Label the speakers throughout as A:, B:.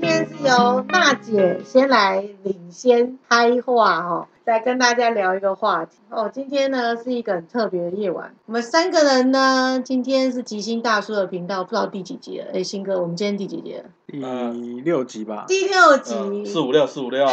A: 由娜姐先来领先开话哦，再跟大家聊一个话题哦。今天呢是一个很特别的夜晚，我们三个人呢今天是吉星大叔的频道，不知道第几集了。哎，新哥，我们今天第几集了？
B: 第六集吧，
A: 第六集。
C: 呃四五六四 五六，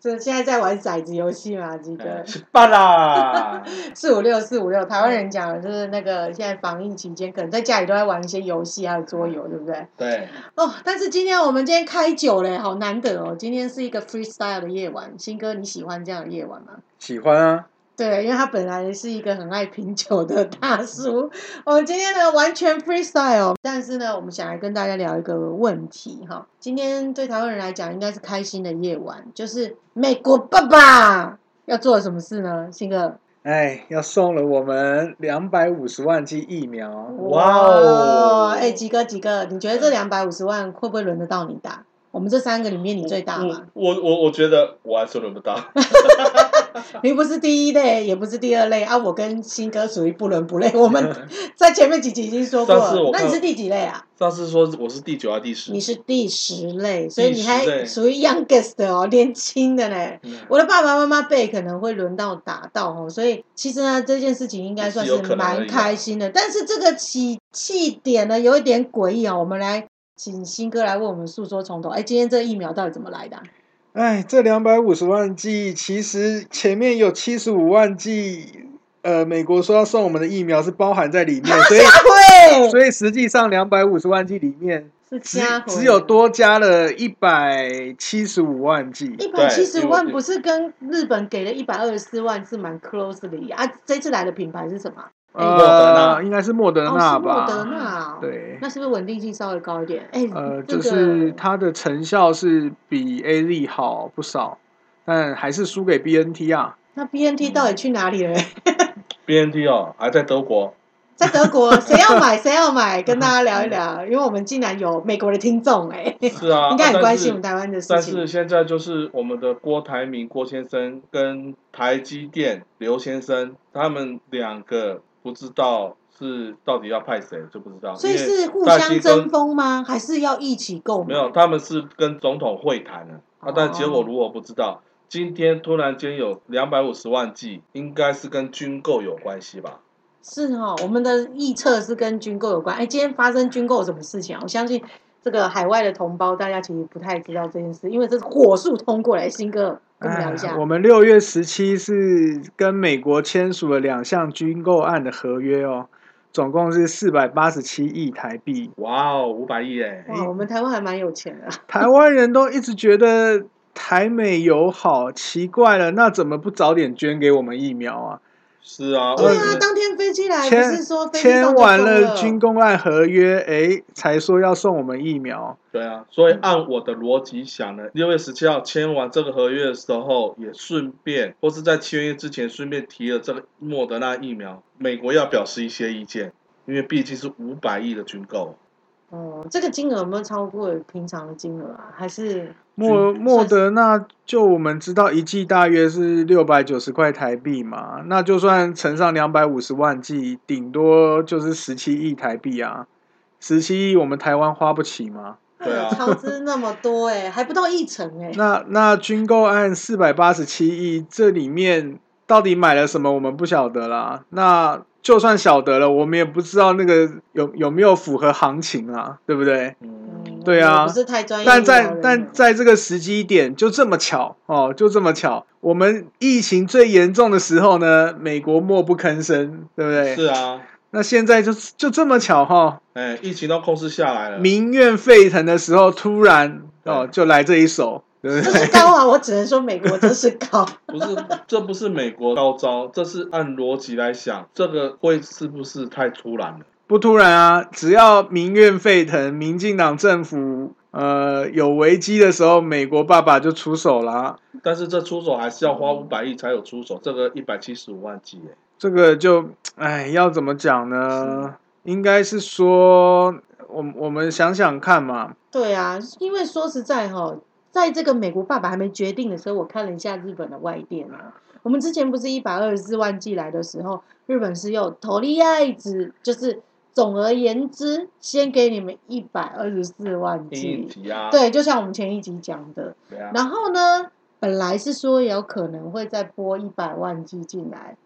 A: 这现在在玩骰子游戏嘛，鸡哥。
C: 哎十八啦，
A: 四五六四五六，台湾人讲的就是那个现在防疫期间，可能在家里都在玩一些游戏还有桌游，对不对？
C: 对，
A: 哦，但是今天我们今天开酒嘞，好难得哦！今天是一个 freestyle 的夜晚，新哥你喜欢这样的夜晚吗？
B: 喜欢啊，
A: 对，因为他本来是一个很爱品酒的大叔。 我们今天呢完全 freestyle，但哦是呢，我们想来跟大家聊一个问题哈。今天对台湾人来讲应该是开心的夜晚，就是美国爸爸要做什么事呢？新哥，
B: 哎，要送了我们两百五十万剂疫苗，
C: 哇哦
A: 哎，几哥几哥，你觉得这两百五十万会不会轮得到你打？我们这三个里面 你最大
C: 嗯
A: 嘛？
C: 我我我觉得我还是轮 不到，
A: 你不是第一类，也不是第二类啊！我跟新哥属于不伦不类，我们在前面几集已经说过
C: 上次
A: 了
C: 我。
A: 那
C: 看
A: 你是第几类啊？
C: 上次说我是第九还是第十
A: 你？是第十类，所以你
C: 第十
A: 还
C: 类
A: 属于 youngest 哦，年轻的嘞。
C: 嗯
A: 我的爸爸妈妈辈可能会轮到打到哦，所以其实呢，这件事情应该算
C: 是有可
A: 是
C: 能而已啊
A: 蛮开心的。但是这个起气点呢，有一点诡异哦。我们来请新哥来为我们诉说从头。哎，今天这疫苗到底怎么来的啊、
B: 哎，这两百五十万剂其实前面有七十五万剂，呃，美国说要送我们的疫苗是包含在 里面，所
C: 啊
A: 对，
B: 以所以实际上两百五十万剂里面
A: 啊是
B: 只
A: 加回
B: 只有多加了一百七十五万剂，
A: 一百七十万
C: 对
A: 不是跟日本给的一百二十四万是蛮 close 的呀？啊，这次来的品牌是什么？
C: 莫德纳
B: 呃，应该是莫德
A: 哦，
B: 纳
A: 是莫
B: 吧？
A: 德纳、哦。，
B: 对，
A: 那是不是稳定性稍微高一点？哎、
B: 呃，
A: 这
B: 就
A: 个
B: 是它的成效是比 A Z 好不少，但还是输给 B N T 啊。
A: 那 BNT 到底去哪里了？
C: B N T 哦，还在德国，
A: 在德国，谁要买谁要买，跟大家聊一聊，因为我们竟然有美国的听众哎、
C: 是啊，
A: 应该很
C: 但
A: 关
C: 是
A: 心我们台湾的事
C: 但
A: 情
C: 是。现在就是我们的郭台铭郭先生跟台积电刘先生，他们两个不知道是到底要派谁，就不知道。
A: 所以
C: 因为
A: 是互
C: 大
A: 相
C: 西跟
A: 争锋吗？还是要一起购买？
C: 没有，他们是跟总统会谈的
A: 哦
C: 啊，但结果如何不知道。今天突然间有两百五十万剂，应该是跟军购有关系吧？
A: 是哦，我们的臆测是跟军购有关。哎，今天发生军购有什么事情啊？我相信这个海外的同胞大家其实不太知道这件事，因为这是火速通过来。新哥，跟我们聊一下
B: 哎。我们六月十七是跟美国签署了两项军购案的合约哦，总共是四百八十七亿台币。
C: 哇哦，五百亿哎！
A: 哇，我们台湾还蛮有钱的啊。
B: 台湾人都一直觉得台美友好，奇怪了，那怎么不早点捐给我们疫苗啊？
C: 是啊，
A: 对
C: 为
A: 啊
C: 什，么
A: 当天飞机来不
B: 签
A: 是说哦飞机上
B: 签
A: 就
B: 完
A: 送
B: 了军购案合约，哎，才说要送我们疫苗。
C: 对啊，所以按我的逻辑想呢，六月十七号签完这个合约的时候，也顺便或是在签约之前顺便提了这个莫德纳疫苗，美国要表示一些意见，因为毕竟是五百亿的军购，
A: 哦，这个金额有没有超过平常的金额啊？还是
B: 莫
A: 军
B: 莫德纳，就我们知道一剂大约是六百九十块台币嘛，那就算乘上两百五十万剂，顶多就是十七亿台币啊。十七亿我们台湾花不起吗？
C: 对啊
A: 哎超支那么多哎、还不到一成哎、
B: 那那军购案四百八十七亿，这里面到底买了什么，我们不晓得啦。那就算晓得了，我们也不知道那个有有没有符合行情啊，对不对？
A: 嗯
C: 嗯，
B: 对啊
A: 我不是太专业的老
B: 但
A: 人啊
B: 在
A: 了。
B: 但在这个时机点，就这么巧哦，就这么巧，我们疫情最严重的时候呢，美国默不吭声，对不对？
C: 是啊，
B: 那现在就就这么巧哈、
C: 哎，疫情都控制下来了，
B: 民怨沸腾的时候，突然哦，
C: 对
B: 就来这一手，对不
A: 这
B: 对？
A: 是高啊，我只能说美国真是高。
C: 不是，这不是美国高招，这是按逻辑来想，这个会是不是太突然了？
B: 不突然啊，只要民怨沸腾，民进党政府呃有危机的时候，美国爸爸就出手啦。
C: 但是这出手还是要花五百亿才有出手，这个一百七十五万剂耶，
B: 这个就，哎，要怎么讲呢？应该是说，我我们想想看嘛，
A: 对啊，因为说实在哈、在这个美国爸爸还没决定的时候，我看了一下日本的外电啊。我们之前不是一百二十四万寄来的时候，日本是用头利爱子，就是总而言之，先给你们一百二十四万
C: 一
A: 剂。
C: 级啊，
A: 嗯对，就像我们前一集讲的，
C: 对啊，
A: 然后呢，本来是说有可能会再拨一百万剂进来，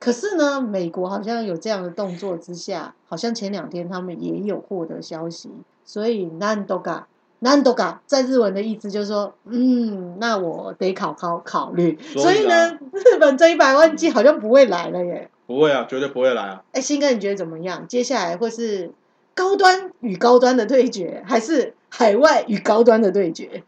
A: 可是呢，美国好像有这样的动作之下，好像前两天他们也有获得消息，所以 Nandoga Nandoga 在日文的意思就是说，嗯，那我得考考考虑。所
C: 所
A: 以
C: 以啊
A: 呢，日本这一百万剂好像不会来了耶。
C: 不会啊，绝对不会来啊。
A: 哎，新哥，你觉得怎么样？接下来会是高端与高端的对决，还是海外与高端的对决？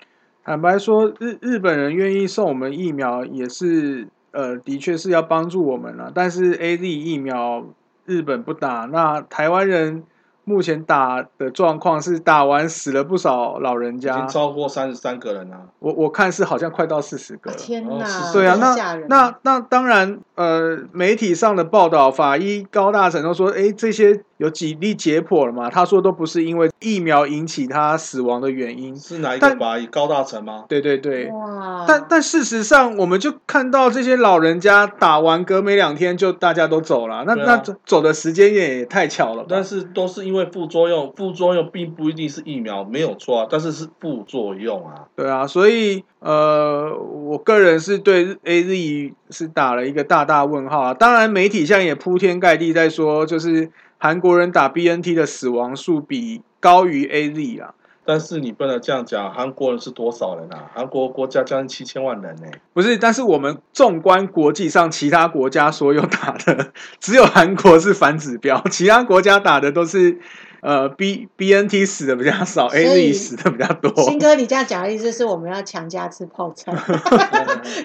B: 坦白说，日日本人愿意送我们疫苗，也是呃，的确是要帮助我们了、但是 A Z 疫苗日本不打，那台湾人目前打的状况是打完死了不少老人
C: 已经
B: 家，
C: 超过三十三个人啊了。
B: 我我看是好像快到四十个
A: 啊
B: 了。
A: 天
C: 哦
A: 哪！
C: 是
B: 呃对啊，
A: 真吓
B: 那
A: 人
B: 那那当然，呃，媒体上的报道，法医高大成都说，诶，这些有几例解剖了嘛？他说都不是因为疫苗引起他死亡的原因。
C: 是哪一个
B: 但
C: 法医？高大成吗？
B: 对对对，
C: 啊
A: 哇！
B: 但但事实上，我们就看到这些老人家打完隔没两天就大家都走了，那、
C: 对啊
B: 那走走的时间也也太巧了吧。
C: 但是都是因为副作用，副作用并不一定是疫苗，没有错啊，但是是副作用啊。
B: 对啊，所以呃，我个人是对 A Z 是打了一个大大问号啊。当然，媒体现在也铺天盖地在说，就是韩国人打 B N T 的死亡数比高于 A Z 啊。
C: 但是你不能这样讲，韩国人是多少人啊？韩国国家将近七千万人呢、
B: 不是，但是我们纵观国际上其他国家所有打的，只有韩国是反指标，其他国家打的都是呃 B B N T 死的比较少，A
A: 所以
B: Z 死的比较多。
A: 新哥，你这样讲的意思是我们要强加吃泡 菜，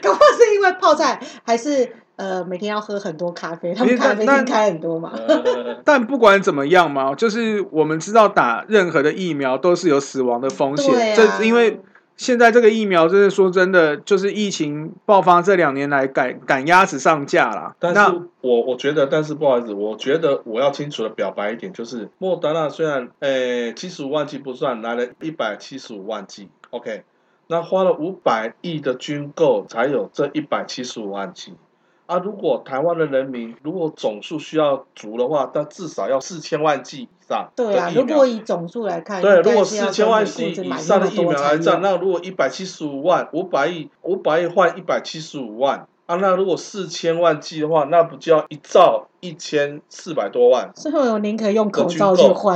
A: 搞不好是因为泡菜，还是呃每天要喝很多咖啡？他们
B: 因为
A: 咖啡
B: 那
A: 厅开很多嘛。
C: 呃
B: 但不管怎么样嘛，就是我们知道打任何的疫苗都是有死亡的风
A: 对
B: 险，
A: 啊
B: 这是因为现在这个疫苗，真的说真的，就是疫情爆发这两年来赶赶鸭子上架啦。
C: 但
B: 那
C: 是我我觉得，但是不好意思，我觉得我要清楚的表白一点，就是莫德纳虽然呃七十五万剂不算，来了一百七十五万剂，OK，那花了五百亿的军购才有这一百七十五万剂。啊，如果台湾的人民如果总数需要足的话，那至少要四千万剂以上的
A: 对啊，
C: 疫
A: 如
C: 苗
A: 果以总数来看，
C: 对，
A: 应该
C: 如果
A: 是要
C: 四千万剂
A: 跟美国是
C: 以
A: 买
C: 上的
A: 那么
C: 疫苗
A: 多才
C: 来战，
A: 有
C: 那如果一百七十五万，五百亿，五百亿换一百七十五万啊，那如果四千万剂的话，那不就要一兆一千四百多万？
A: 所以我宁可用口罩去换。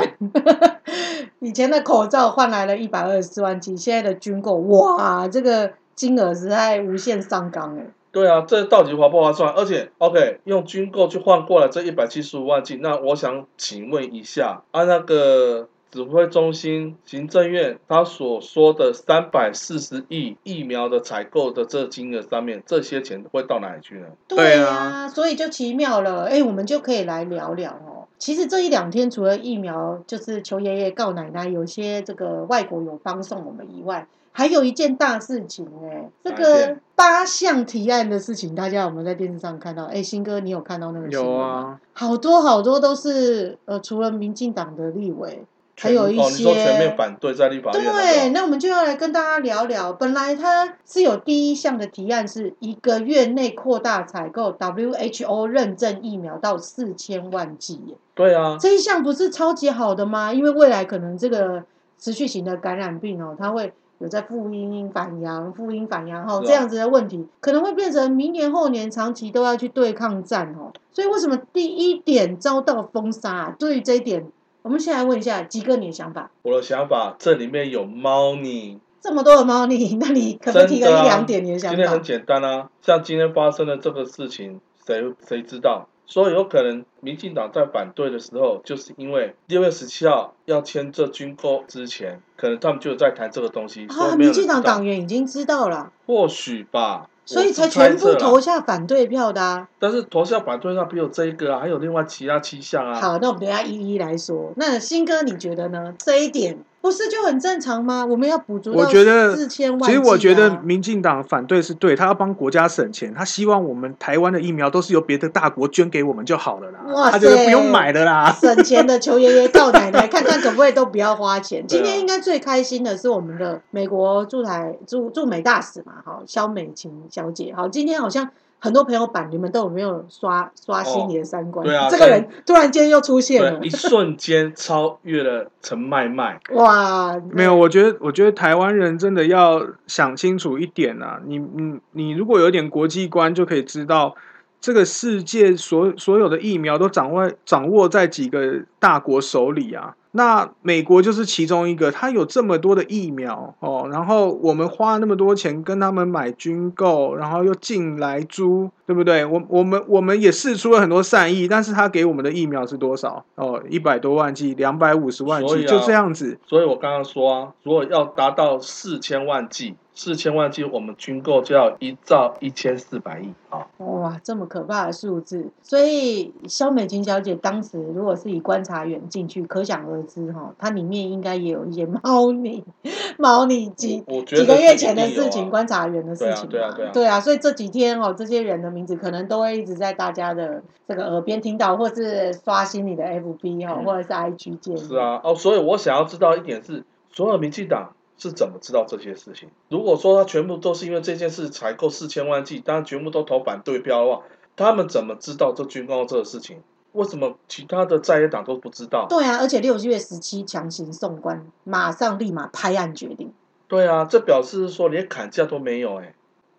A: 以前的口罩换来了一百二十四万剂，现在的军购，哇，这个金额实在无限上纲哎。
C: 对啊，这到底划不划算？而且，OK，用军购去换过来这一百七十五万剂，那我想请问一下，按、那个指挥中心、行政院他所说的三百四十亿疫苗的采购的这金额上面，这些钱会到哪里去呢？
A: 对
B: 对
A: 啊，所以就奇妙了。哎、我们就可以来聊聊哦。其实这一两天，除了疫苗，就是求爷爷告奶奶，有些这个外国友邦送我们以外，还有一件大事情哎、这
C: 哪一
A: 个
C: 件
A: 八项提案的事情，大家有没有在电视上看到？哎、新哥，你有看到那个新闻
B: 有
A: 吗？
B: 啊，
A: 好多好多都是呃，除了民进党的立委，还
C: 全
A: 有一
C: 哦，你说
A: 些
C: 全面反啊对在立法院、那个
A: 对，那我们就要来跟大家聊聊。本来它是有第一项的提案，是一个月内扩大采购 WHO 认证疫苗到四千万剂耶，
C: 对啊，
A: 这一项不是超级好的吗？因为未来可能这个持续型的感染病哦，它会有在复阴反阳、复阴反阳哦
C: 是啊
A: 这样子的问题，可能会变成明年后年长期都要去对抗战哦。所以为什么第一点遭到封杀、啊？对于这一点，我们先来问一下吉哥你的想法。
C: 我的想法这里面有猫腻，
A: 这么多的猫腻，那你可不可以提个
C: 真
A: 一
C: 的啊
A: 两点你的想
C: 今天很
A: 法？
C: 简单啊，像今天发生的这个事情，谁谁知道？所以有可能民进党在反对的时候，就是因为六月十七号要签这军购之前，可能他们就有在谈这个东西，所以
A: 啊，
C: 没
A: 民
C: 有人知
A: 进
C: 道
A: 党党员已经知道了，
C: 或许吧，
A: 所以才
C: 我是猜
A: 全部
C: 测啦啊
A: 投。下反对票的、啊。
C: 但是投下反对那边有这一个啊，还有另外其他七项啊。
A: 好，那我们等一下一一来说。那新哥，你觉得呢？这一点不是就很正常吗？我们要补足到
B: 我觉得
A: 四千万、啊
B: 其实我觉得，民进党反对是对，他要帮国家省钱，他希望我们台湾的疫苗都是由别的大国捐给我们就好了
A: 哇
B: 啦，他觉得不用买的啦。
A: 省钱的求爷爷告奶奶，看看可不可以都不要花钱。
C: 对
A: 今
C: 啊
A: 天应该最开心的是我们的美国驻台驻驻美大使嘛，好，肖美琴小姐，好，今天好像很多朋友版，你们都有没有刷刷新你的三观？
C: 哦对啊
A: 这个人突然间又出现了
C: 对，一，瞬间超越了陈麦麦。
A: 哇！
B: 没有，我觉得，我觉得台湾人真的要想清楚一点啊！你你你如果有点国际观，就可以知道这个世界所所有的疫苗都掌握掌握在几个大国手里啊。那美国就是其中一个，它有这么多的疫苗哦，然后我们花那么多钱跟他们买军购，然后又进来猪，对不对？我我们我们也试出了很多善意，但是他给我们的疫苗是多少？哦，一百多万剂，两百五十万
C: 所
B: 剂，
C: 以啊
B: 就这样子。
C: 所以我刚刚说啊，如果要达到四千万剂，四千万剂我们军购就要一兆一千四百亿啊。
A: 哇，这么可怕的数字！所以肖美琴小姐当时如果是以观察员进去，可想而知哈，它里面应该也有一些猫腻、 猫腻几
C: 我觉得
A: 几个月前的事
C: 一定有
A: 情，
C: 啊
A: 观察员的事情嘛，
C: 对啊对啊对啊
A: 所以这几天哦，这些人的名字可能都会一直在大家的这个耳边听到，或是刷新你的 FB 哦，
C: 嗯
A: 或者是 IG 建议。
C: 是，啊，哦，所以我想要知道一点是，所有民进党是怎么知道这些事情？如果说他全部都是因为这件事采购四千万剂，当然全部都投反对票的话，他们怎么知道这军购这个事情？为什么其他的在野党都不知道？
A: 对啊，而且六月十七强行送关，马上立马拍案决定。
C: 对啊，这表示说连砍价都没有哎、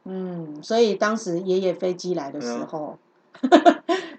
A: 嗯，所以当时爷爷飞机来的
C: 嗯
A: 时候，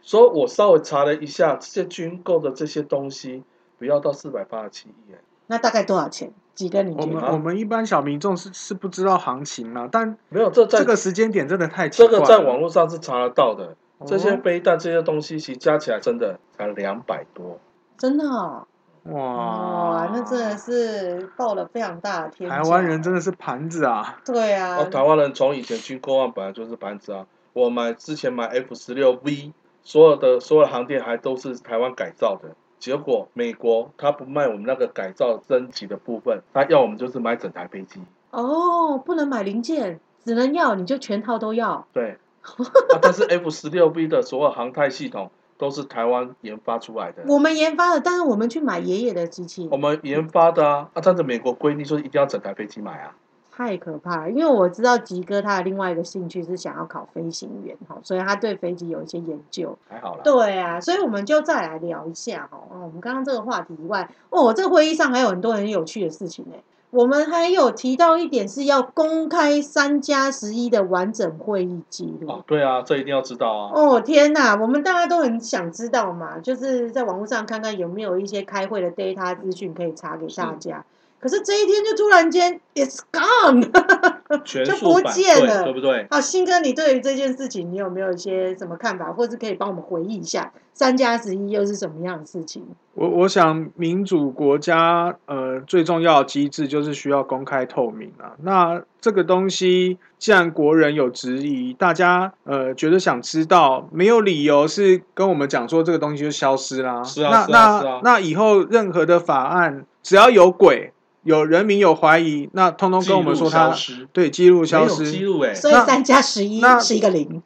C: 所以我稍微查了一下，这些军购的这些东西不要到四百八十七亿哎，
A: 那大概多少钱？几个你
B: 我
A: 觉
B: 们
A: 得？
B: 我们一般小民众是是不知道行情啦，但
C: 没有啊这在
B: 这个时间点真的太奇
C: 这
B: 怪
C: 个
B: 了。
C: 在网络上是查得到的，
B: 哦
C: 这些背带这些东西其实加起来真的才两百多。
A: 真的哦，哇
C: 啊
B: 哇，，
A: 哦那真的是爆了非常大的天价。
B: 台湾人真的是盘子啊！
A: 对啊，
C: 哦，台湾人从以前军购案本来就是盘子啊，我买之前买 F 十六 V，所有的所有的航电还都是台湾改造的。结果美国他不卖我们那个改造升级的部分，他要我们就是买整台飞机。
A: 哦，不能买零件，只能要你就全套都要。
C: 对，啊、但是 F 十六 V 的所有航太系统都是台湾研发出来的，
A: 我们研发的，但是我们去买爷爷的机器
C: 我，们研发的啊。啊，但是美国规定说一定要整台飞机买啊。
A: 太可怕了。因为我知道吉哥他的另外一个兴趣是想要考飞行员哈，所以他对飞机有一些研究。
C: 还好啦，
A: 对啊，所以我们就再来聊一下哦。哦我们刚刚这个话题以外，哦，这个会议上还有很多很有趣的事情呢。我们还有提到一点是要公开三加十一的完整会议记录。
C: 哦，对啊，这一定要知道啊。
A: 哦天哪，我们大家都很想知道嘛，就是在网络上看看有没有一些开会的 data 资讯可以查给大家。可是这一天就突然间，it's gone，
C: 全
A: 哦就
C: 数
A: 不
C: 反
A: 见
C: 对，
A: 了
C: 对不对？
A: 啊，新哥，你对于这件事情，你有没有一些什么看法，或是可以帮我们回忆一下三加十一又是什么样的事情？
B: 我我想民主国家呃最重要的机制就是需要公开透明啊。那这个东西既然国人有质疑，大家呃觉得想知道，没有理由是跟我们讲说这个东西就消失啦。
C: 是啊
B: 那
C: 是啊是啊
B: 那那以后任何的法案只要有鬼，有人民有怀疑，那通通跟我们说
C: 他
B: 他
C: 没
B: 对记录消
C: 有
B: 失，
C: 记录哎，
A: 所以
B: 那
A: 三加十一
B: 那
A: 是一个零，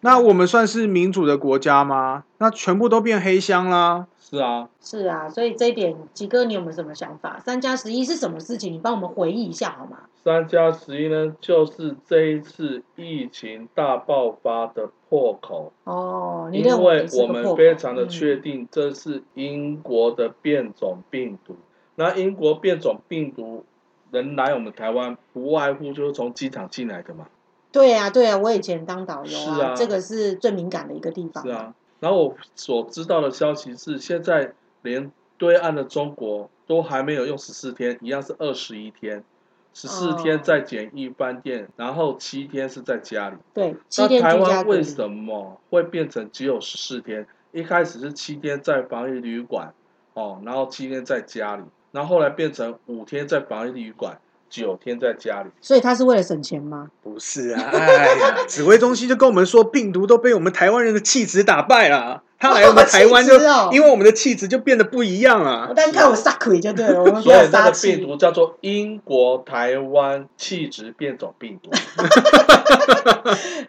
B: 那我们算是民主的国家吗？那全部都变黑箱啦。
C: 是啊，
A: 是啊，所以这一点，吉哥，你有没有什么想法？三加十一是什么事情？你帮我们回忆一下好吗？
C: 三加十一呢，就是这一次疫情大爆发的破口，
A: 哦，你
C: 因
A: 认
C: 为
A: 是
C: 我
A: 个破
C: 们
A: 口
C: 非常的
A: 嗯
C: 确定这是英国的变种病毒。那英国变种病毒人来我们台湾，不外乎就是从机场进来的嘛，
A: 对呀、啊，对呀、啊，我以前当导游
C: 是啊
A: 这个是最敏感的一个地方。
C: 是，啊。然后我所知道的消息是，现在连对岸的中国都还没有用十四天，一样是二十一天，十四
A: 哦
C: 天在检疫饭店，然后七天是在家里。
A: 对，七
C: 那
A: 天
C: 台
A: 居家
C: 湾
A: 隔
C: 为
A: 离。
C: 什么会变成只有十四天？一开始是七天在防疫旅馆，哦，然后七天在家里，然后后来变成五天在防疫旅馆，九天在家里。
A: 所以他是为了省钱吗？
B: 不是啊，哎呀，指挥中心就跟我们说，病毒都被我们台湾人的气质打败了。他来我们台 湾就
A: 气质哦
B: 因为我们的气质就变得不一样啊了。
A: 啊但看我撒腿就对了，我 们不
C: 啊所
A: 要
C: 以那
A: 撒
C: 个
A: 气。
C: 病毒叫做英国台湾气质变种病毒。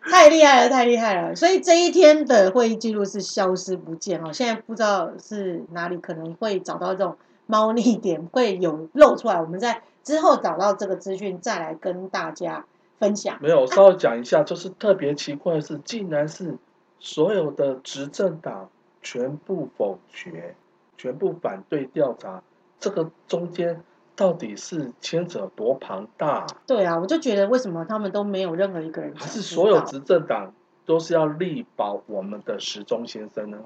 A: 太厉害了，太厉害了！所以这一天的会议记录是消失不见哦，现在不知道是哪里可能会找到这种猫腻点，会有露出来。我们在之后找到这个资讯再来跟大家分享。
C: 没有，我稍微讲一下，就是特别奇怪的是，竟然是所有的执政党全部否决，全部反对调查，这个中间到底是牵扯多庞大、
A: 对啊，我就觉得为什么他们都没有任何一个人
C: 还
A: 想
C: 是
A: 知
C: 所有
A: 道
C: 执政党都是要力保我们的时钟先生呢？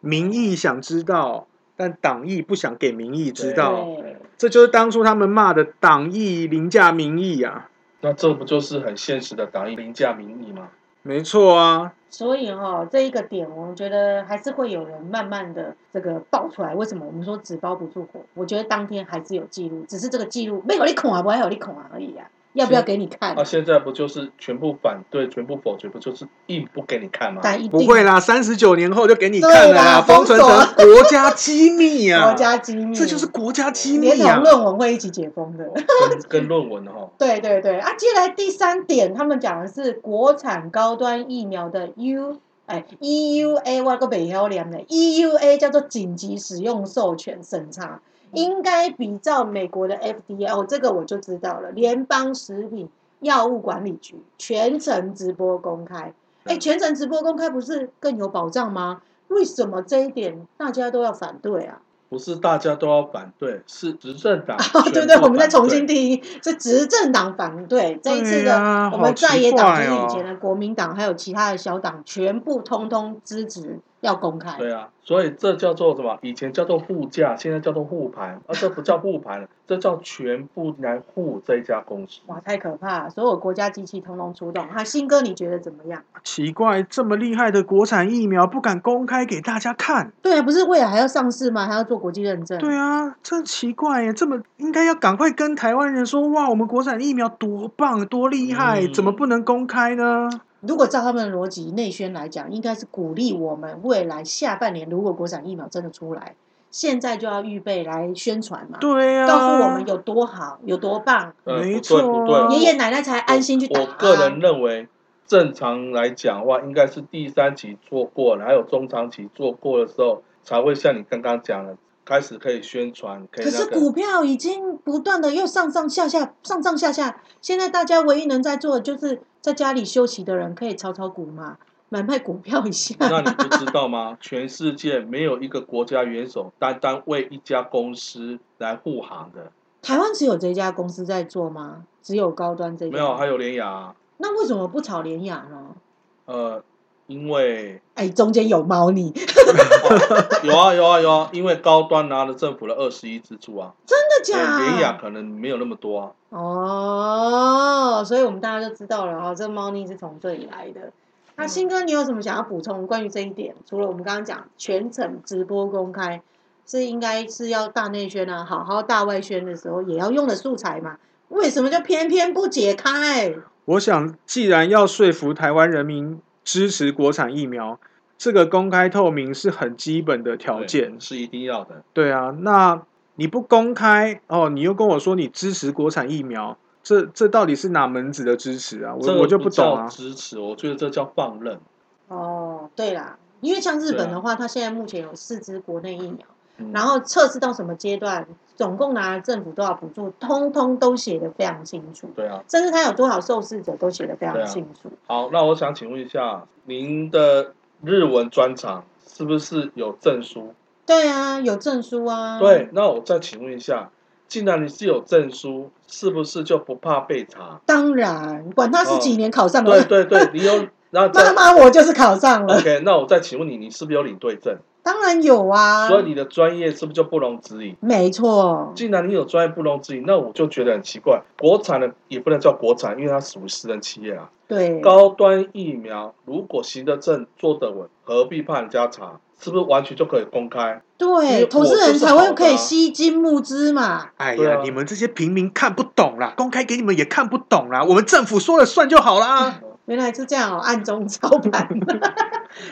B: 民意想知道，但党意不想给民意知道，
A: 对
B: 这就是当初他们骂的党意凌驾民意啊，
C: 那这不就是很现实的党意凌驾民意吗？
B: 没错啊，
A: 所以哈、这一个点，我觉得还是会有人慢慢的这个爆出来。为什么我们说纸包不住火？我觉得当天还是有记录，只是这个记录没有你恐啊，不还有你恐啊而已啊。要不要给你看啊
C: 那、？啊
B: 哦
C: 现在不就是全部反对、全部否决，不就是硬不给你看吗？
A: 但一定
B: 不会啦，三十九年后就给你看
A: 对
B: 了
A: 啦
B: 啦，封存
A: 封锁
B: 成国家机密啊，
A: 国家机密，
B: 这就是国家机
A: 连
B: 密
A: 同
B: 啊。
A: 论文会一起解封的。
C: 跟跟论文哈、
A: 对对对啊！接下来第三点，他们讲的是国产高端疫苗的 U 哎 EUA，我个北晓念的 EUA 叫做紧急使用授权审查，应该比照美国的 FDA 哦，这个我就知道了，联邦食品药物管理局全程直播公开。哎，全程直播公开不是更有保障吗？为什么这一点大家都要反对啊？
C: 不是大家都要反对，是执政党
A: 哦，对对，我们再
C: 在
A: 重新定义，是执政党反对这一次
B: 对
A: 的、
B: 啊
A: 我们
B: 好奇
A: 在野党，
B: 怪
A: 就是以
B: 哦
A: 前的国民党，还有其他的小党，全部通通支持要公开。
C: 对啊，所以这叫做什么？以前叫做护驾，现在叫做护盘，啊，这不叫护盘了，这叫全部来护这家公司。
A: 哇，太可怕了！所有国家机器通通出动。哈，新哥，你觉得怎么样？
B: 奇怪，这么厉害的国产疫苗不敢公开给大家看。
A: 对啊，不是未来还要上市吗？还要做国际认证？
B: 对啊，真奇怪耶！这么应该要赶快跟台湾人说，哇，我们国产疫苗多棒多厉害，
C: 嗯
B: 怎么不能公开呢？
A: 如果照他们的逻辑内宣来讲，应该是鼓励我们未来下半年，如果国产疫苗真的出来，现在就要预备来宣传嘛，
B: 对啊，
A: 告诉我们有多好，有多棒，
C: 呃，
B: 没
C: 不
B: 错啊
C: 对不对，
A: 爷爷奶奶才安心去打、
C: 我。
A: 啊
C: 我个人认为，正常来讲的话，应该是第三期做过了，还有中长期做过的时候，才会像你刚刚讲的，开始可以宣传，可
A: 可
C: 以那
A: 是
C: 个。
A: 股票已经不断的又上上下下，上上下下。现在大家唯一能在做的就是在家里休息的人可以炒炒股嘛，买卖股票一下。
C: 那你不知道吗？全世界没有一个国家元首单单为一家公司来护航的，
A: 台湾只有这家公司在做吗？只有高端这家？
C: 没有，还。有联雅啊、
A: 那为什么不炒联雅呢？
C: 呃，因为、
A: 哎，中间有猫腻，真
C: 哦有啊有啊有啊，因为高端拿了政府的二十一支柱啊，
A: 的
C: 所以
A: 假？
C: 联雅可能没有那么多啊。
A: 哦，所以我们大家就知道了哈、这猫腻是从这里来的。那
C: 嗯
A: 新哥，你有什么想要补充关于这一点？除了我们刚刚讲全程直播公开，是应该是要大内宣啊，好好大外宣的时候也要用的素材嘛？为什么就偏偏不解开？
B: 我想，既然要说服台湾人民支持国产疫苗，这个公开透明是很基本的条
C: 对
B: 件。
C: 是一定要的，
B: 对啊，那你不公开哦，你又跟我说你支持国产疫苗，这这到底是哪门子的支持啊？
C: 这
B: 我
C: 个
B: 我就
C: 不
B: 懂
C: 叫
B: 啊。
C: 支持，我觉得这叫放任。
A: 哦，对啦，因为像日本的话，它现在目前有四支国内疫苗，
C: 嗯
A: 然后测试到什么阶段，总共拿了政府多少补助，通通都写的非常清楚。
C: 对啊，
A: 甚至他有多少受试者都写的非
C: 对
A: 常
C: 啊
A: 清楚。
C: 好，那我想请问一下，您的日文专长是不是有证书？
A: 对啊，有证书啊。？
C: 对，，那我再请问一下，既然你是有证书，是不是就不怕被查
A: 当然，管他是几年考上
C: 哦对
A: 了，
C: 对对，你 有，那
A: 妈
C: 再
A: 妈我就是考上了，
C: OK，那我再请问你，你是不是有领队证？
A: 当然有啊。
C: 所以你的专业是不是就不容置疑？
A: 没错，
C: 既然你有专业不容置疑，那我就觉得很奇怪。国产的也不能叫国产，因为它属于私人企业啊。
A: 对，
C: 高端疫苗如果行得正、做得稳，何必怕人家查？是不是完全就可以公开？因
A: 对，
C: 为
A: 投资人才会可
C: 我就是好的
A: 以
C: 啊
A: 吸金募资嘛。
B: 哎
C: 对
B: 呀
C: 啊，
B: 你们这些平民看不懂啦，公开给你们也看不懂啦，我们政府说了算就好 啦。
A: 原来是这样哦，暗中操盘。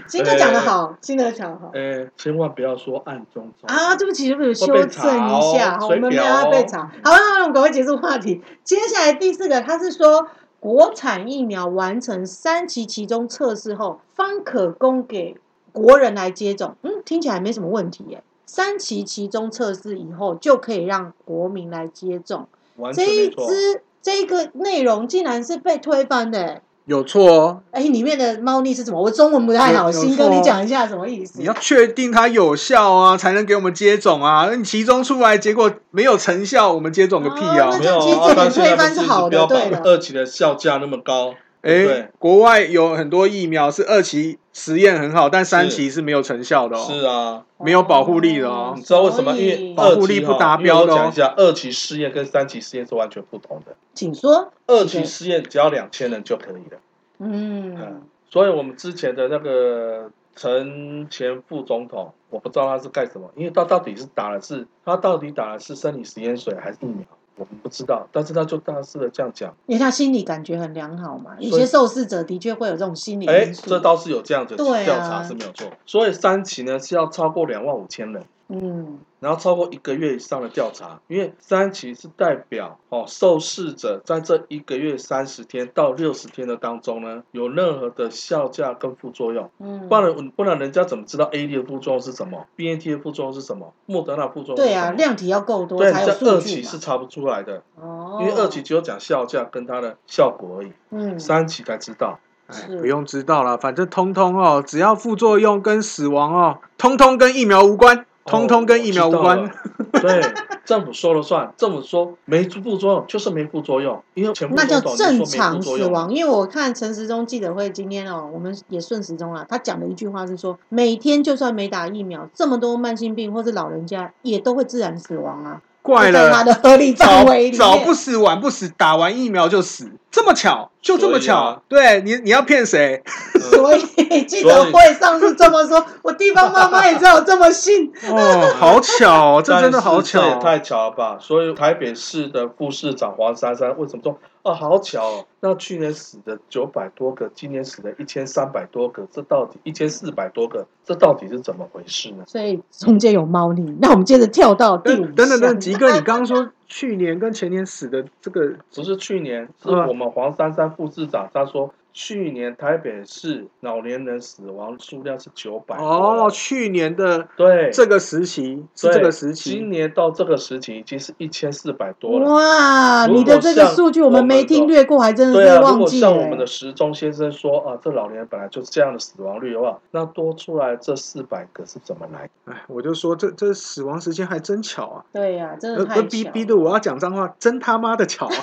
A: 新哥讲的好，新哥讲的好
C: 呃，千万不要说暗中操
A: 啊！对不起，对不起，修
C: 会被查
A: 正一下，
C: 哦
A: 好我
C: 水
A: 们没有
C: 表
A: 要
C: 哦
A: 被查。好了，好了，我们赶快结束话题。接下来第四个，他是说国产疫苗完成三期其中测试后，方可供给国人来接种。嗯，听起来没什么问题耶。三期其中测试以后，就可以让国民来接种。
C: 完
A: 这
C: 全
A: 一
C: 没错。
A: 支这个内容竟然是被推翻的、欸。
B: 有错哦，
A: 哎，里面的猫腻是什么？我中文不太好，
B: 有有
A: 新哥，
B: 错
A: 你
B: 哦
A: 讲一下什么意思
B: 你？要确定它有效啊，才能给我们接种啊。那你其中出来结果没有成效，我们接种个屁
A: 哦
B: 啊！
A: 那
C: 没有
A: 其实
C: 啊，但现在
A: 推翻是
C: 不
A: 好的
C: 标榜
A: 对的
C: 二期的效价那么高，
B: 诶，
C: 对
B: 国外有很多疫苗是二期实验很好，但三期是没有成效的哦。
C: 是啊，
B: 没有保护力的哦
A: 所以
C: 你知道为什么？因为
B: 保
C: 二
B: 护
C: 期
B: 力
C: 哈
B: 不达标的哦
C: 因为我讲一下，二期试验跟三期试验是完全不同的。
A: 请说。
C: 二期试验只要两千人就可以了。
A: 嗯，
C: 所以我们之前的那个陈前副总统，我不知道他是干什么，因为他到底是打的是他到底打的是生理实验水还是疫苗，我们不知道。但是他就大肆的这样讲，
A: 因为他心理感觉很良好嘛，有
C: 所以
A: 些受试者嗯的确会有这种心理
C: 哎，
A: 因素。
C: 这倒是有这样子的
A: 对啊
C: 调查是没有错。所以三期呢是要超过两万五千人。
A: 嗯
C: 然后超过一个月以上的调查，因为三期是代表哦受试者在这一个月三十天到六十天的当中呢，有任何的效价跟副作用，
A: 嗯，
C: 不然不然人家怎么知道 A D 的副作用是什么，B N T 的副作用是什么，莫德纳副作用是
A: 对
C: 什
A: 啊，
C: 么？
A: 量体要够多
C: 对，
A: 才有
C: 在
A: 数
C: 二
A: 据
C: 期
A: 嘛
C: 是。查不出来的，
A: 哦，
C: 因为二期只有讲效价跟它的效果而已，
A: 嗯
C: 三期才知道。
B: 哎
A: 是，
B: 不用知道了，反正通通哦，只要副作用跟死亡哦，通通跟疫苗无关，通通跟疫苗无关。
C: 哦。我知道了对， 政府说了算，政府说没副作用就是没副作用，因为全部
A: 那叫正
C: 副
A: 常
C: 作
A: 死
C: 用。
A: 亡，因为我看陈时中记者会今天哦，我们也顺时钟啊啦，他讲的一句话是说，每天就算没打疫苗，这么多慢性病或是老人家也都会自然死亡啊，
B: 怪
A: 就在他
B: 了，
A: 的合 理
B: 早
A: 范围里
B: 早不
A: 面
B: 死晚不死，打完疫苗就死，这么巧，就这么巧。
C: 所以啊
B: 对你，你要骗谁？
A: 所以 记者会上次这么说，我地方妈妈也只有这么信。
B: 哦， 好巧、哦，这
C: 但
B: 真的好
C: 是这也
B: 巧。
C: 太巧了吧！所以台北市的副市长黄珊珊为什么说哦好巧哦？那去年死的九百多个，今年死的一千三百多个，这到底一千四百多个，这到底是怎么回事呢？
A: 所以中间有猫腻。那我们接着跳到第五
B: 等等等等，
A: 项，
B: 吉哥，你刚刚说去年跟前年死的这个
C: 不是去年，是
B: 嗯
C: 我们黄珊珊副市长他说，去年台北市老年人死亡数量是九百
B: 哦，去年的
C: 对，
B: 这个时期是
C: 对
B: 这个时期
C: 今，年到这个时期已经是一千四百多了。
A: 哇，
C: 如果
A: 你的这个数据我们没听略过，还真的
C: 对啊
A: 是，
C: 如
A: 嗯忘
C: 果
A: 记了、欸
C: 像我们的时钟先生说啊，这老年本来就是这样的死亡率的话，那多出来这四百个是怎么来的？
B: 哎，我就说这这死亡时间还真巧啊，
A: 对呀、真的
B: 呃
A: 太
B: 呃
A: 巧
B: 逼
A: 了
B: 逼的我要讲脏话，真他妈的 巧啊！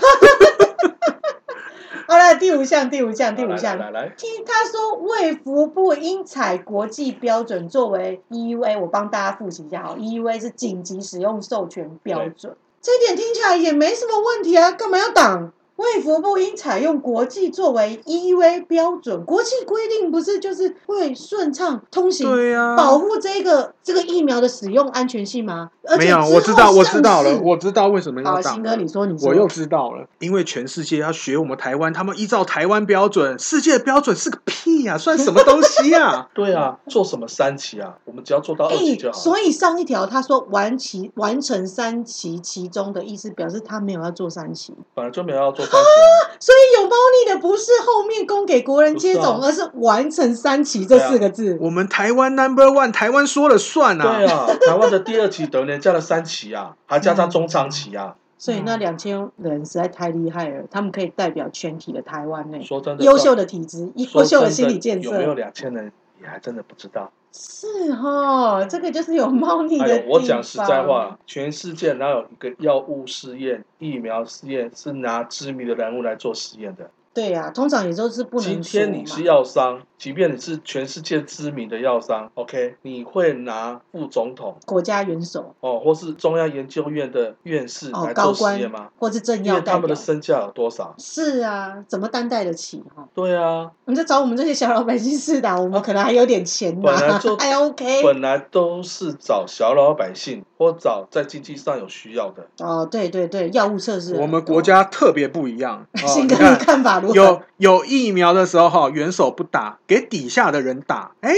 A: 好了，第五项，第五项，第
C: 来
A: 五项。
C: 来来来，
A: 听他说，卫福部应采国际标准作为 EUA，我帮大家复习一下哦。EUA 是紧急使用授权标准，这点听起来也没什么问题啊，干嘛要挡？卫福部应采用国际作为 EUA 标准，国际规定不是就是会顺畅通行
B: 对啊呀、
A: 保护这个这个疫苗的使用安全性吗？而且
B: 没有，
A: 之后
B: 我知道，我知道了，
A: 上市
B: 我知道为什么
A: 好，
B: 要
A: 新
B: 挡。
A: 哥，你说，你说，
B: 我又知道了，因为全世界要学我们台湾，他们依照台湾标准，世界标准是个屁呀、算什么东西呀、
C: 对啊，做什么三期啊？我们只要做到二
A: 哎、
C: 期就好了。
A: 所以上一条他说完期完成三期其中的意思，表示他没有要做三期，
C: 本来就没有要做三期啊、
A: 所以有猫腻的不是后面供给国人接种，
C: 不啊
A: 而是完成三期这四个字。
B: 我们台湾 number one，台湾说了算啊。
C: 对啊，台湾的第二期等于人家的三期啊，还加上中长期啊。
A: 所以那两千人实在太厉害了，他们可以代表全体的台湾呢、
C: 说真的，
A: 嗯优秀的体质，
C: 说
A: 优
C: 真
A: 秀
C: 的
A: 的心理建
C: 有没有
A: 设，
C: 两千人？也还真的不知道。
A: 是哈，这个就是有猫腻的
C: 哎
A: 地方。，
C: 呦我讲实在话，，全世界哪有一个药物试验、疫苗试验是拿知名的人物来做实验的？
A: 对呀、通常也就是不
C: 今
A: 能说
C: 天你
A: 嘛
C: 是药商，即便你是全世界知名的药商，OK，你会拿副总统
A: 国家元首
C: 哦，或是中央研究院的院士
A: 哦
C: 来，
A: 高
C: 做实
A: 官
C: 验吗？
A: 或是政
C: 因
A: 要
C: 为
A: 代
C: 他们的
A: 表。
C: 身价有多少？
A: 是啊，怎么担待得起哈？
C: 对啊，
A: 你就找我们这些小老百姓试打，我们可能还有点钱嘛，
C: 本来就
A: 还 OK。
C: 本来都是找小老百姓或找在经济上有需要的。
A: 哦，对对对，药物测试很多。
B: 我们国家特别不一样。哦
A: 新
B: 你
A: 哥，你
B: 看
A: 看法如何？
B: 有有疫苗的时候哈，元首不打，给底下的人打，哎、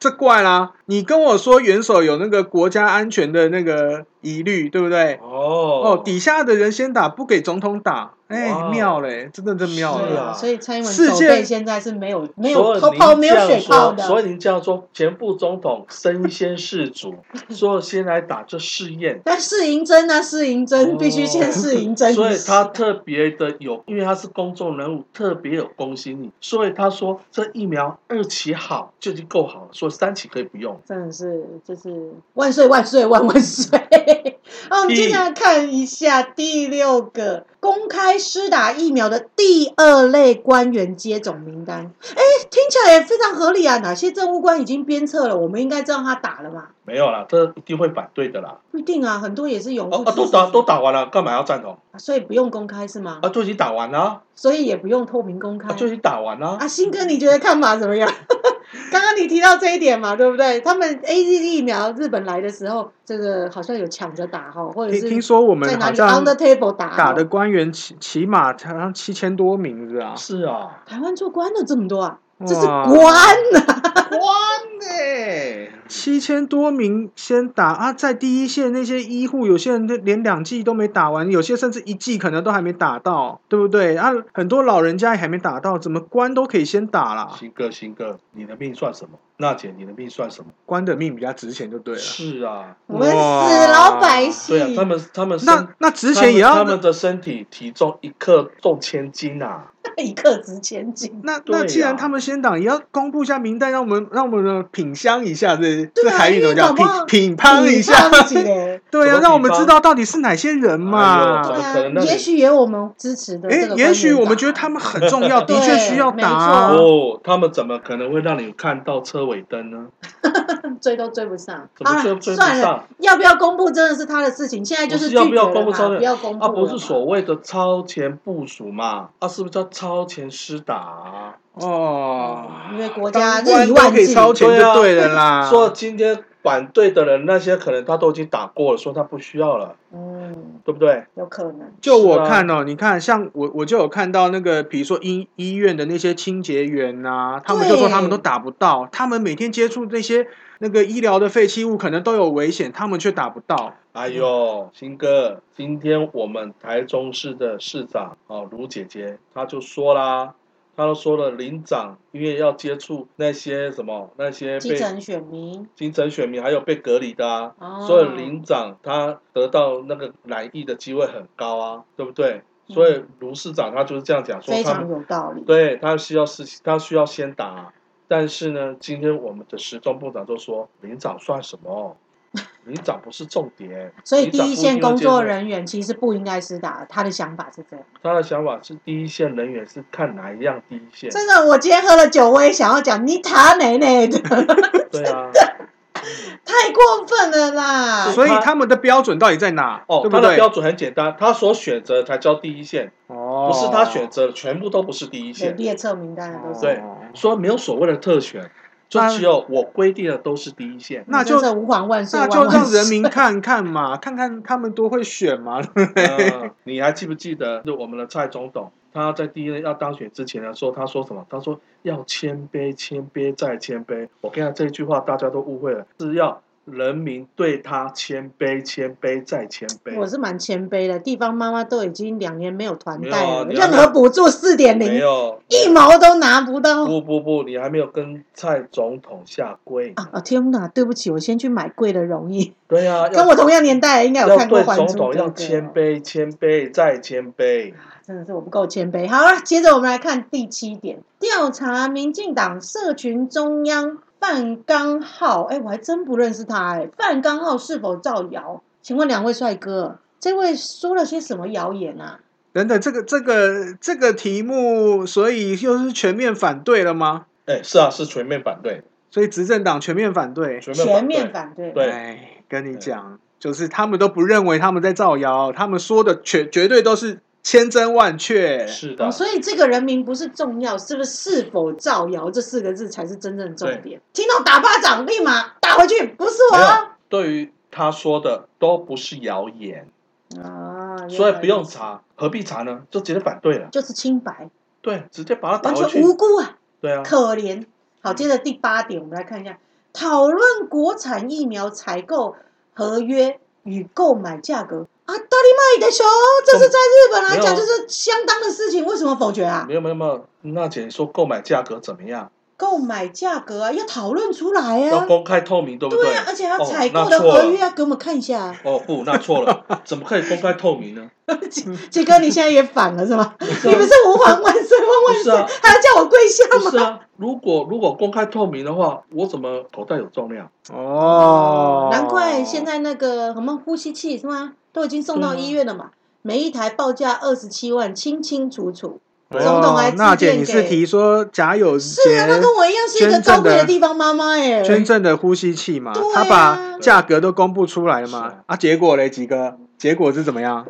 B: 这怪啦！你跟我说元首有那个国家安全的那个疑虑，对不对？
C: 哦
B: 哦，底下的人先打，不给总统打，哎、
C: 哇
B: 妙嘞，真的真妙
C: 是
B: 了。
C: 啊
A: 所以蔡英文
B: 世
A: 手
B: 界
A: 背现在是没有没有
C: 所
A: 头
C: 以
A: 炮
C: 您
A: 没有
C: 这样
A: 水炮
C: 说，
A: 的，
C: 所以您这样说，前副总统身先士 卒，说先来打这试验，
A: 但试银针啊，试银针、必须先试银针。
C: 哦所以他特别的有，因为他是公众人物，特别有公信力，所以他说这疫苗二期好就已经够好了，所以三期可以不用。
A: 真的是就是万岁万岁万万岁！ 好，我们接下来看一下第六个公开施打疫苗的第二类官员接种名单。哎，听起来也非常合理啊！哪些政务官已经鞭策了，我们应该知道他打了嘛？
C: 没有啦，这一定会反对的啦。
A: 不一定啊，很多也是啊拥护
C: 哦哦，
A: 支
C: 都
A: 持
C: 打都，打完了，干嘛要赞同？
A: 所以不用公开是吗
C: 啊，？就已经打完了，
A: 所以也不用透明公开
C: 啊，。就已经打完了
A: 哎啊，。新哥，你觉得看法怎么样？ 刚刚你提到这一点嘛，对不对？他们 A Z 疫苗日本来的时候，这个好像有抢着打哈，或者
B: 听
A: 是
B: 听说我
A: 在
B: 们
A: 哪
B: 好
A: 里 on
B: 像
A: the table 打
B: 打
A: 打
B: 的官员起起码好像七千多名字啊，
C: 是啊，
A: 台湾做官的这么多啊，这是
B: 哇
A: 官啊呐、
C: 关
A: 哎
C: 呢？
B: 七千多名先打啊，在第一线那些医护，有些人连两剂都没打完，有些甚至一剂可能都还没打到，对不对？啊，很多老人家也还没打到，怎么官都可以先打啦？
C: 新哥，新哥，你的命算什么？娜姐，你的命算什么？
B: 官的命比较值钱就对了。
C: 是啊，
A: 我们死老百
C: 对啊
A: 姓，，
C: 他们他们身
B: 那那值钱也
C: 他
B: 要
C: 们他们的身体体重一克重千斤啊！
A: 一刻值千金。
B: 那
C: 对
B: 那
C: 啊
B: 既然他们先打，也要公布一下名单，让我们让我们的品香一下，这这
A: 啊
B: 台语怎么
A: 因为搞
B: 讲？
A: 不
B: 品
A: 好
B: 品乓一 下
A: 你，胖起来
B: 对
C: 怎
B: 啊，
C: 么
B: 让我们
C: 品乓
B: 知道到底是哪些人嘛。
C: 哎呦
A: 对
C: 可能那
A: 啊，
C: 里
A: 也许有我们支持的这
B: 哎
A: 个，官员打。
B: 也许我们觉得他们很重 要，的确需要打啊。
A: 对没错
C: 哦，他们怎么可能会让你看到车尾灯呢？
A: 追都追不上，
C: 怎么追追不
A: 哎算了
C: 上，
A: 要不要公布真的是他的事情，现在就是
C: 不是要
A: 拒绝了嘛
C: 不要公布真的
A: 不要公布
C: 啊，
A: 了嘛
C: 不是所谓的超前部署嘛？啊，是不是叫超前施打、啊？
B: 哦，
A: 因为国家
B: 当
A: 日以
B: 官都
A: 啊万
B: 可以
A: 计，
B: 超前
C: 啊
B: 就对了啦。
C: 说今天反对的人，那些可能他都已经打过了，说他不需要了，
A: 嗯，
C: 对不对？
A: 有可能。
B: 就我
C: 啊
B: 看哦，你看，像我我就有看到那个，比如说医医院的那些清洁员呐、他们就说他们都打不到，他们每天接触那些那个医疗的废弃物，可能都有危险，他们却打不到。
C: 哎呦，新哥，今天我们台中市的市长哦，卢姐姐，她就说啦，她都说了，林长因为要接触那些什么那些
A: 基
C: 被
A: 层选民，
C: 金城选民还有被隔离的啊，
A: 哦
C: 所以林长他得到那个染疫的机会很高啊，对不对？所以卢市长他就是这样讲
A: 嗯
C: 说，
A: 非
C: 他
A: 常
C: 们
A: 有道理。
C: 对他需要事情，他需要先打啊、但是呢，今天我们的时钟部长就说，林长算 什么？林长不是重点，
A: 所以
C: 林
A: 第
C: 长
A: 一
C: 不
A: 线
C: 定会
A: 工
C: 接触
A: 作人员其实不应该施打，他的想法是这样。
C: 他的想法是第一线人员是看哪一样第一线，
A: 真的，我今天喝了酒，我也想要讲你塔奶奶的，
C: 对啊，
A: 太过分了啦！
B: 所以他们的标准到底在哪？
C: 哦，
B: 对不
C: 他的
B: 对？
C: 标准很简单，他所选择才叫第一线，
B: 哦
C: 不是他选
A: 哦
C: 择全部都不是第一
A: 有
C: 线，
A: 列册名单的都是，
C: 对说没有所谓的特权，就
B: 那
C: 只有我规定的都是第一线。
B: 那就
A: 真是吾皇万岁
B: 那
A: 万
B: 就
A: 万
B: 让
A: 岁
B: 人民看看嘛，看看他们多会选嘛。
C: 呃你还记不记得，就我们的蔡总统，他在第一任要当选之前的时候，他说什么？他说要谦卑，谦卑再谦卑。我跟他这句话，大家都误会了，是要人民对他谦卑，谦卑再谦
A: 我
C: 卑。
A: 是蛮谦卑的，地方妈妈都已经两年没有团
C: 没有
A: 贷
C: 啊
A: 了，
C: 你要
A: 任何补助四点
C: 没
A: 零，
C: 有，
A: 一毛都拿不到。
C: 不不不，你还没有跟蔡总统下跪。
A: 啊啊！天哪，对不起，我先去买贵的容易。
C: 对呀、啊，
A: 跟
C: 要
A: 我同样年代，应该有
C: 要
A: 看过
C: 对
A: 《还
C: 总
A: 珠
C: 统
A: 格格
C: 要
A: 哦》
C: 谦卑，谦卑再谦卑。
A: 真的是我不够谦卑。好了，接着我们来看第七点，调查民进党社群中央范刚浩。哎，我还真不认识他哎，范刚浩是否造谣？请问两位帅哥，这位说了些什么谣言啊？
B: 等等，这个这个这个题目，所以又是全面反对了吗？
C: 哎，是啊，是全面反对，
B: 所以执政党全面反对。
C: 全面
A: 全
C: 反
A: 面
C: 对。
A: 反对。
C: 对
B: 哎，跟你讲，就是他们都不认为他们在造谣，他们说的绝绝对都是千真万确。
C: 是的
A: 哦，，所以这个人名不是重要，是不是是否造谣这四个字才是真正重点。听到打巴掌，立马打回去，不是我
C: 没有
A: 啊。
C: 对于他说的都不是谣言，
A: 啊，原来
C: 所以不用
A: 如此，
C: 查，何必查呢？就直接反对了，
A: 就是清白，
C: 对，直接把他打
A: 完
C: 回
A: 全
C: 去
A: 无。辜啊，
C: 对啊，
A: 可怜。好，接着第八点，我们来看一下讨论国产疫苗采购合约与购买价格啊，大力卖的熊，这是在日本来讲
C: 没
A: 就
C: 有
A: 是相当的事情，为什么否决啊？
C: 没有没有没有，娜姐你说购买价格怎么样？
A: 购买价格啊，要讨论出来
C: 要
A: 啊，
C: 公开透明，对不
A: 对啊，而且还要
C: 哦
A: 采
C: 那
A: 购的
C: 错
A: 合
C: 了
A: 约要给我们看一下啊。
C: 哦不，那错 了，怎么可以公开透明呢？
A: 杰杰哥，你现在也反了是 吗？
C: 是
A: 你不
C: 啊
A: 是吾皇万岁万
C: 不
A: 万
C: 是
A: 岁，
C: 啊
A: 还要叫我跪下
C: 不
A: 吗？
C: 是啊，如果如果公开透明的话，我怎么口袋有重量？
B: 哦，
A: 难怪现在那个什么呼吸器是吗，都已经送到医院了嘛。每一台报价二十七万，清清楚楚。
B: 哦
C: 啊
A: 总统还致
B: 娜姐，
A: 电
B: 你是
A: 给
B: 提说贾友杰
A: 是啊，他跟我一样是一个
B: 捐
A: 高
B: 赠
A: 贵
B: 的
A: 的地方妈妈哎、
B: 捐赠的呼吸器嘛
A: 对，
B: 他
A: 啊
B: 把价格都公布出来了
C: 是
B: 嘛
C: 啊，
B: 啊，结果嘞，几个结果是怎么样？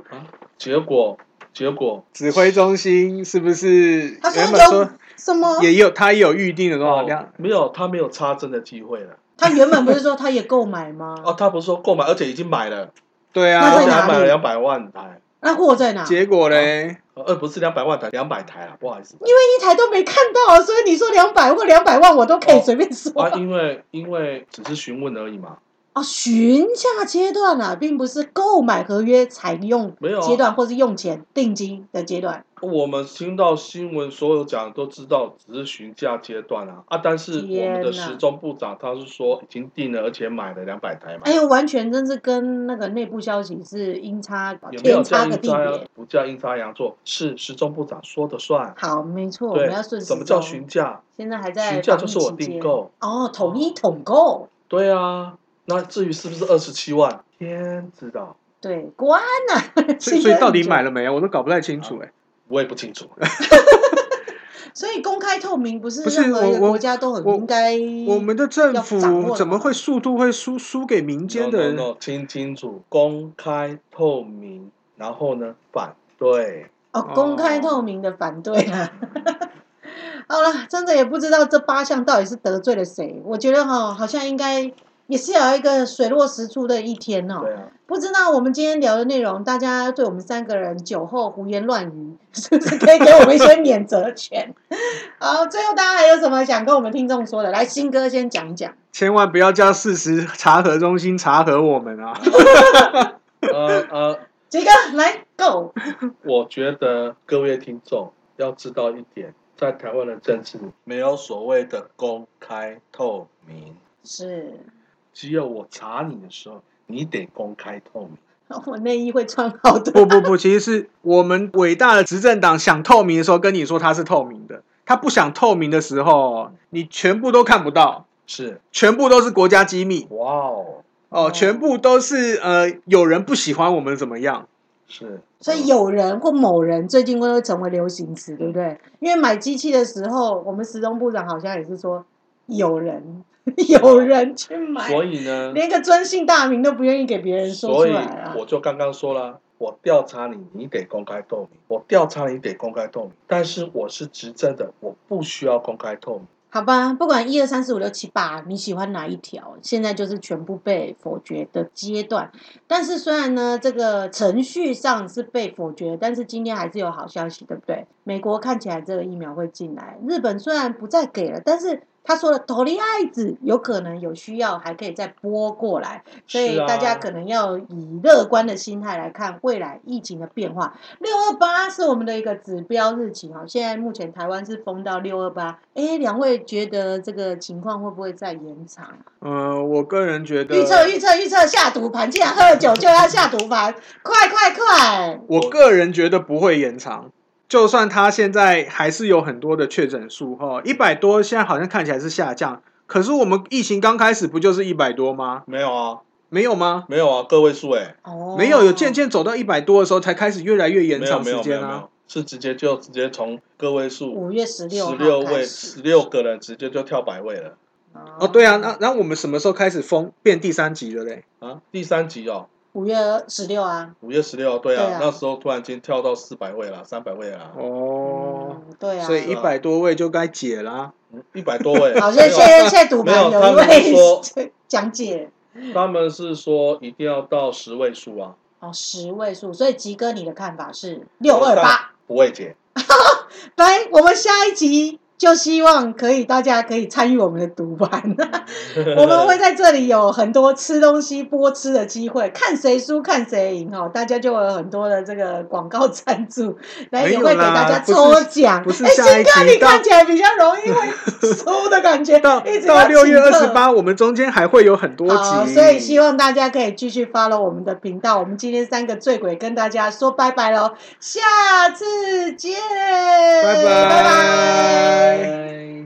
C: 结果结果
B: 指挥中心是不是
A: 他说
B: 原本
A: 有
B: 说
A: 什么？
B: 也有他也有预定的多少
C: 哦
B: 量？
C: 没有，他没有插针的机会了。
A: 他原本不是说他也购买吗？
C: 哦，他不是说购买，而且已经买了，
B: 对
A: 那
C: 而
A: 在
C: 且
A: 哪
B: 啊，
C: 还买了两百万台，
A: 那货在哪？
B: 结果嘞，
A: 哦
C: 呃，呃不是两百万台，两百台啊，不好意思。
A: 因为一台都没看到，啊所以你说两百或两百万，我都可以
C: 哦
A: 随便说。
C: 啊，因为因为只是询问而已嘛，
A: 啊，询价阶段啊，并不是购买合约采用
C: 没有啊
A: 阶段，或是用钱定金的阶段。
C: 我们听到新闻所有讲的都知道，只是询价阶段啊啊！但是我们
A: 天哪
C: 的时钟部长他是说已经定了，而且买了两百台嘛，
A: 哎呦，完全真是跟那个内部消息是阴差
C: 也没有
A: 天
C: 叫
A: 差个
C: 阴
A: 地
C: 差啊阳
A: 别。
C: 不叫阴差阳错，是时钟部长说的算。
A: 好，没哦错，我
C: 对
A: 们要顺，时
C: 什么叫
A: 钟
C: 询价？
A: 现在还在
C: 询价
A: 防
C: 就
A: 疫
C: 是我
A: 期
C: 订
A: 间
C: 购。
A: 哦，统一统购。
C: 对啊，那至于是不是二十七万，天知道，
A: 对，啊国安呐、
B: 所以所以到底买
A: 了？
B: 了没有？我都搞不太清
A: 哦
B: 楚哎。
C: 我也不清楚。
A: 所以公开透明不是
B: 不是
A: 任何一个
B: 我我
A: 国家都很
B: 我
A: 应该。
B: 我们的政
A: 要掌握
B: 府
A: 了
B: 怎么会速度会输输给民间
C: no,
B: 的
C: no,
B: 人？
C: no, 听清楚，公开透明，然后呢，反对。
A: 哦，公开透明的反对啊！ 好了，真的也不知道这八项到底是得罪了谁。我觉得哈，好像应该也是要有一个水落石出的一天哦。
C: 对啊，
A: 不知道我们今天聊的内容，大家对我们三个人酒后胡言乱语， 是不是可以给我们一些免责权？好，最后大家还有什么想跟我们听众说的？来，新哥先讲一讲。
B: 千万不要叫事实查核中心查核我们啊！
A: 哦
C: 呃呃，
A: 杰哥，来，Go！
C: 我觉得各位听众要知道一点，在台湾的政治没有所谓的公开透明，
A: 是
C: 只有我查你的时候，你得公开透明。
A: 我内衣会穿好的，
B: 不不不，其实是我们伟大的执政党想透明的时候跟你说它是透明的，他不想透明的时候，你全部都看不到，
C: 是，
B: 全部都是国家机密
C: 哇哦，
A: 哦
B: 哦，全部都是呃有人不喜欢我们怎么样？
C: 是，
A: 所以有人或某人最近会成为流行词，对不对？因为买机器的时候，我们时钟部长好像也是说，有人 有人去买，
C: 所以呢，
A: 连个尊姓大名都不愿意给别人说
C: 所
A: 出
C: 以
A: 来啊。
C: 我就刚刚说了，我调查你，你得公开透明；我调查你得公开透明。但是我是执政的，我不需要公开透明。
A: 好吧，不管一二三四五六七八，你喜欢哪一条，现在就是全部被否决的阶段。但是虽然呢，这个程序上是被否决，但是今天还是有好消息，对不对？美国看起来这个疫苗会进来，日本虽然不再给了，但是他说了，头利爱子有可能有需要，还可以再拨过来，所以
C: 是啊
A: 大家可能要以乐观的心态来看未来疫情的变化。六二八是我们的一个指标日期哈，现在目前台湾是封到六二八。哎，两位觉得这个情况会不会再延长？啊
B: 呃，我个人觉得
A: 预测预测预测下赌盘，既然喝了酒就要下赌盘，快快快！
B: 我个人觉得不会延长，就算他现在还是有很多的确诊数哈，一百多现在好像看起来是下降，可是我们疫情刚开始不就是一百多吗？
C: 没有啊，
B: 没有吗？
C: 没有啊，个位数哎、
A: 哦，
B: 没有，有渐渐走到一百多的时候才开始越来越延
C: 没有
B: 长
C: 没
B: 时
C: 有没有
B: 间
C: 没
B: 啊。
C: 有，是直接就直接从个位数
A: 五月十六
C: 十
A: 号
C: 六
A: 开
C: 位
A: 始啊
C: 十六个人直接就跳百位了
A: 哦
B: 哦，对啊，那那我们什么时候开始封变第三级的嘞？
C: 啊！第三集哦，
A: 五月十六啊，
C: 五月十六，对啊，
A: 对啊
C: 那时候突然间跳到四百位了，三百位啊了，
B: 哦，
A: 嗯，对啊，
B: 所以一百多位就该解啦。
C: 一百多 位。
A: 好像
C: 没有
A: 现在现在赌盘
C: 没有
A: 有一
C: 他们
A: 位 讲解
C: 他们是说一定要到十位数啊，
A: 哦十位数，所以吉哥你的看法是六二八。
C: 不会解。
A: 来，我们下一集就希望可以大家可以参与我们的读 盘，我们会在这里有很多吃东西播吃的机会，看谁输看谁赢哦，大家就会有很多的这个广告赞助，来
B: 没
A: 也
B: 有
A: 会给
B: 啦
A: 大家
B: 不是
A: 抽奖。
B: 不是
A: 哎，新
B: 下一
A: 哥，
B: 集
A: 你看
B: 到
A: 起来比较容易会输的感觉，
B: 到
A: 一直要
B: 到六月
A: 请
B: 二
A: 客
B: 十八，我们中间还会有很多
A: 好，
B: 集，
A: 所以希望大家可以继续 follow 我们的频道。我们今天三个醉鬼跟大家说拜拜喽，下次见，
B: 拜
A: 拜拜
B: 拜。
C: 拜。
A: 哎